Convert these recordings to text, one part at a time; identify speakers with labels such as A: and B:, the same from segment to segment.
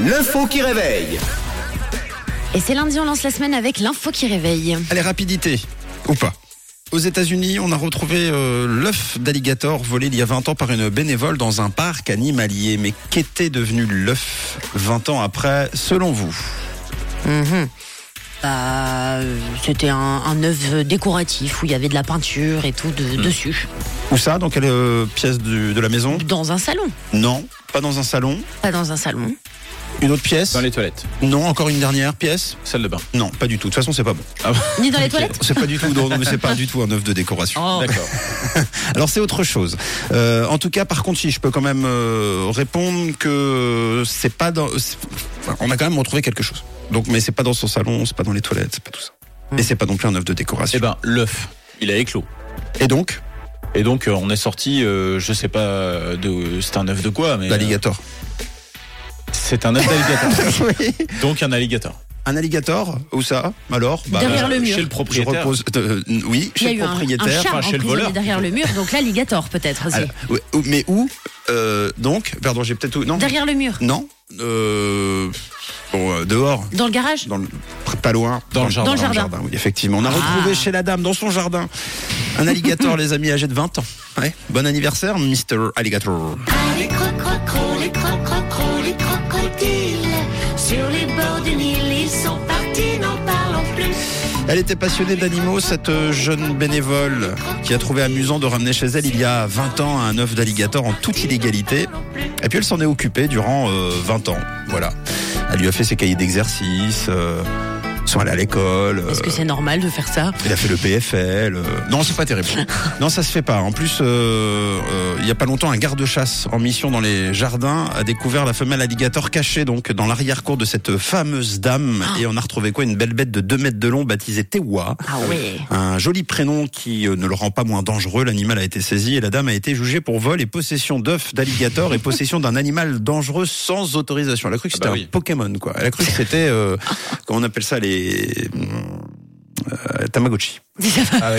A: L'info qui réveille.
B: Et c'est lundi, on lance la semaine avec l'info qui réveille.
C: Allez, rapidité, ou pas aux États-Unis, on a retrouvé euh, l'œuf d'alligator volé il y a 20 ans par une bénévole dans un parc animalier. Mais qu'était devenu l'œuf 20 ans après, selon vous
B: Bah, euh, c'était un, un œuf décoratif où il y avait de la peinture et tout de- dessus.
C: Où ça Dans quelle euh, pièce du- de la maison
B: Dans un salon.
C: Non, pas dans un salon.
B: Pas dans un salon.
C: Une autre pièce
D: Dans les toilettes,
C: Non, encore une dernière pièce
D: salle de bain.
C: Non, pas du tout. De toute façon, c'est pas bon.
B: Ni dans les toilettes.
C: C'est pas du tout. Non, non, mais c'est pas du tout un œuf de décoration.
B: Oh.
D: D'accord.
C: Alors c'est autre chose. Euh, en tout cas, par contre, si je peux quand même euh, répondre que c'est pas dans. c'est- enfin, on a quand même retrouvé quelque chose. Donc, mais c'est pas dans son salon, c'est pas dans les toilettes, c'est pas tout ça.
B: Hmm.
C: Et c'est pas non plus un œuf de décoration.
D: Eh ben, l'œuf, il a éclos.
C: Et donc,
D: Et donc, euh, on est sorti, euh, je sais pas, de, c'est un œuf de quoi, mais.
C: l'alligator.
D: euh, c'est un œuf d'alligator.
C: Oui.
D: donc, un alligator.
C: Un alligator Où ça Alors bah,
B: Derrière le mur.
D: Chez le
C: Je
D: propriétaire.
C: repose. euh, euh, oui,
B: Il y a
C: chez
B: eu
C: le
B: un- un,
C: propriétaire.
B: chat
D: enfin, chez le
B: emprisonné
D: voleur.
B: derrière le mur, donc l'alligator peut-être aussi.
C: Alors, ouais, où- mais où euh, Donc, pardon, j'ai peut-être. tout- Non.
B: derrière le mur.
C: Non. Euh, bon, euh, dehors.
B: Dans le garage.
C: dans le- pas loin.
D: Dans le jardin.
B: Dans le jardin. Ah.
C: oui, effectivement. On a retrouvé chez la dame, dans son jardin, un alligator, les amis, âgé de 20 ans. Ouais. Bon anniversaire, Mr. Alligator.
E: Les crocrocros, les crocrocros, les crocodiles. Sur les bords du Nil, ils sont partis, n'en parlons plus.
C: Elle était passionnée d'animaux, cette jeune bénévole qui a trouvé amusant de ramener chez elle il y a 20 ans un œuf d'alligator en toute illégalité. Et puis elle s'en est occupée durant euh, 20 ans. Voilà. Elle lui a fait ses cahiers d'exercice, euh, sont allés à l'école.
B: Est-ce
C: euh,
B: que c'est normal de faire ça
C: Il a fait le PFL. euh, Non, c'est pas terrible. Non, ça se fait pas. En plus, euh, euh, il y a pas longtemps, un garde-chasse en mission dans les jardins a découvert la femelle alligator cachée donc dans l'arrière-cour de cette fameuse dame. Et on a retrouvé quoi Une belle bête de 2 mètres de long baptisée Tewa.
B: Ah ouais.
C: Un joli prénom qui euh, ne le rend pas moins dangereux. L'animal a été saisi et la dame a été jugée pour vol et possession d'œufs d'alligator et possession d'un animal dangereux sans autorisation. Elle a cru que
D: Ah
C: c'était
D: bah
C: un
D: oui.
C: Pokémon, quoi. Elle a cru que c'était, euh, comment on appelle ça, les euh, Tamagotchi.
D: Ah ouais.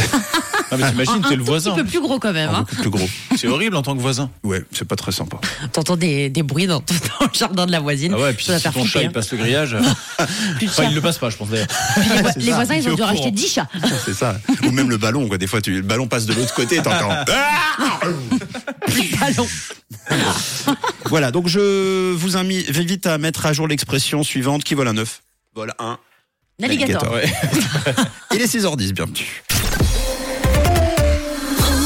D: Non, mais
B: Un,
D: t'imagines, t'es
B: un
D: le
B: tout
D: voisin.
B: petit peu plus gros quand même.
C: Ah,
B: hein.
C: beaucoup plus gros.
D: C'est horrible en tant que voisin.
C: Ouais, c'est pas très sympa.
B: T'entends des, des bruits dans, dans le jardin de la voisine.
D: Ah ouais, et puis
B: ça va
D: si
B: faire
D: ton chat,
B: flipper.
D: il
B: hein.
D: passe le grillage. euh,
B: Plus de
D: Enfin,
B: chat.
D: il le passe pas, je pense d'ailleurs.
B: Puis les vo-
C: c'est
B: hein. les
C: ça,
B: voisins,
C: il
B: ils
C: est
B: ont
C: au
B: dû racheter
D: courant.
B: 10 chats.
C: C'est ça. Ou même le ballon, quoi. Des fois, tu, le ballon passe de l'autre côté, t'entends. Ah
B: Le ballon.
C: voilà, donc je vous invite à mettre à jour l'expression suivante qui vole un œuf. Vole un.
B: L'alligator.
C: alligator. Il est 6h10, bienvenue.